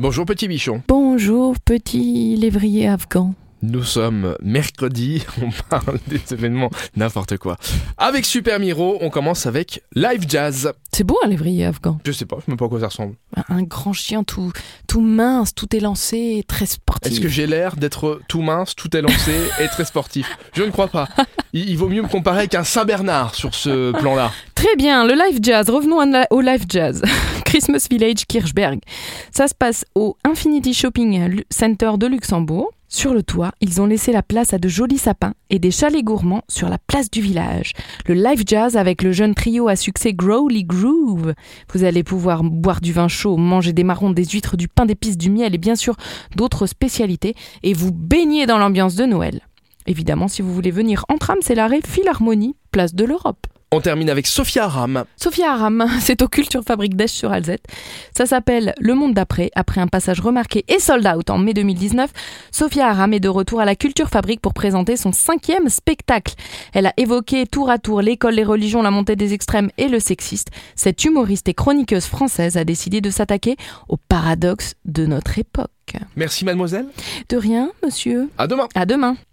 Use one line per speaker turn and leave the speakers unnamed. Bonjour petit bichon.
Bonjour, petit lévrier afghan.
Nous sommes mercredi, on parle des événements n'importe quoi. Avec Super Miro, on commence avec Live Jazz.
C'est beau un lévrier afghan.
Je sais pas, je sais même pas à quoi ça ressemble.
Un- Un grand chien tout, tout mince, tout élancé, très sportif.
Est-ce que j'ai l'air d'être tout mince, tout élancé et très sportif Je ne crois pas. Il, il vaut mieux me comparer qu'un Saint-Bernard sur ce plan-là.
Très bien, le live jazz. Revenons à la- au live jazz. Christmas Village Kirchberg. Ça se passe au Infinity Shopping Lu- Center de Luxembourg. Sur le toit, ils ont laissé la place à de jolis sapins et des chalets gourmands sur la place du village. Le live jazz avec le jeune trio à succès Growly Groove. Vous allez pouvoir boire du vin chaud, manger des marrons, des huîtres, du pain d'épices, du miel et bien sûr d'autres spécialités et vous baigner dans l'ambiance de Noël. Évidemment, si vous voulez venir en tram, c'est l'arrêt Philharmonie, place de l'Europe.
On termine avec Sophia Aram.
Sophia Aram, c'est au Culture Fabrique d'Esch sur Alzette. Ça s'appelle Le Monde d'après. Après un passage remarqué et sold out en mai 2019, Sophia Aram est de retour à la Culture Fabrique pour présenter son cinquième spectacle. Elle a évoqué tour à tour l'école, les religions, la montée des extrêmes et le sexiste. Cette humoriste et chroniqueuse française a décidé de s'attaquer au paradoxe de notre époque.
Merci mademoiselle.
De rien, monsieur.
À demain.
À demain.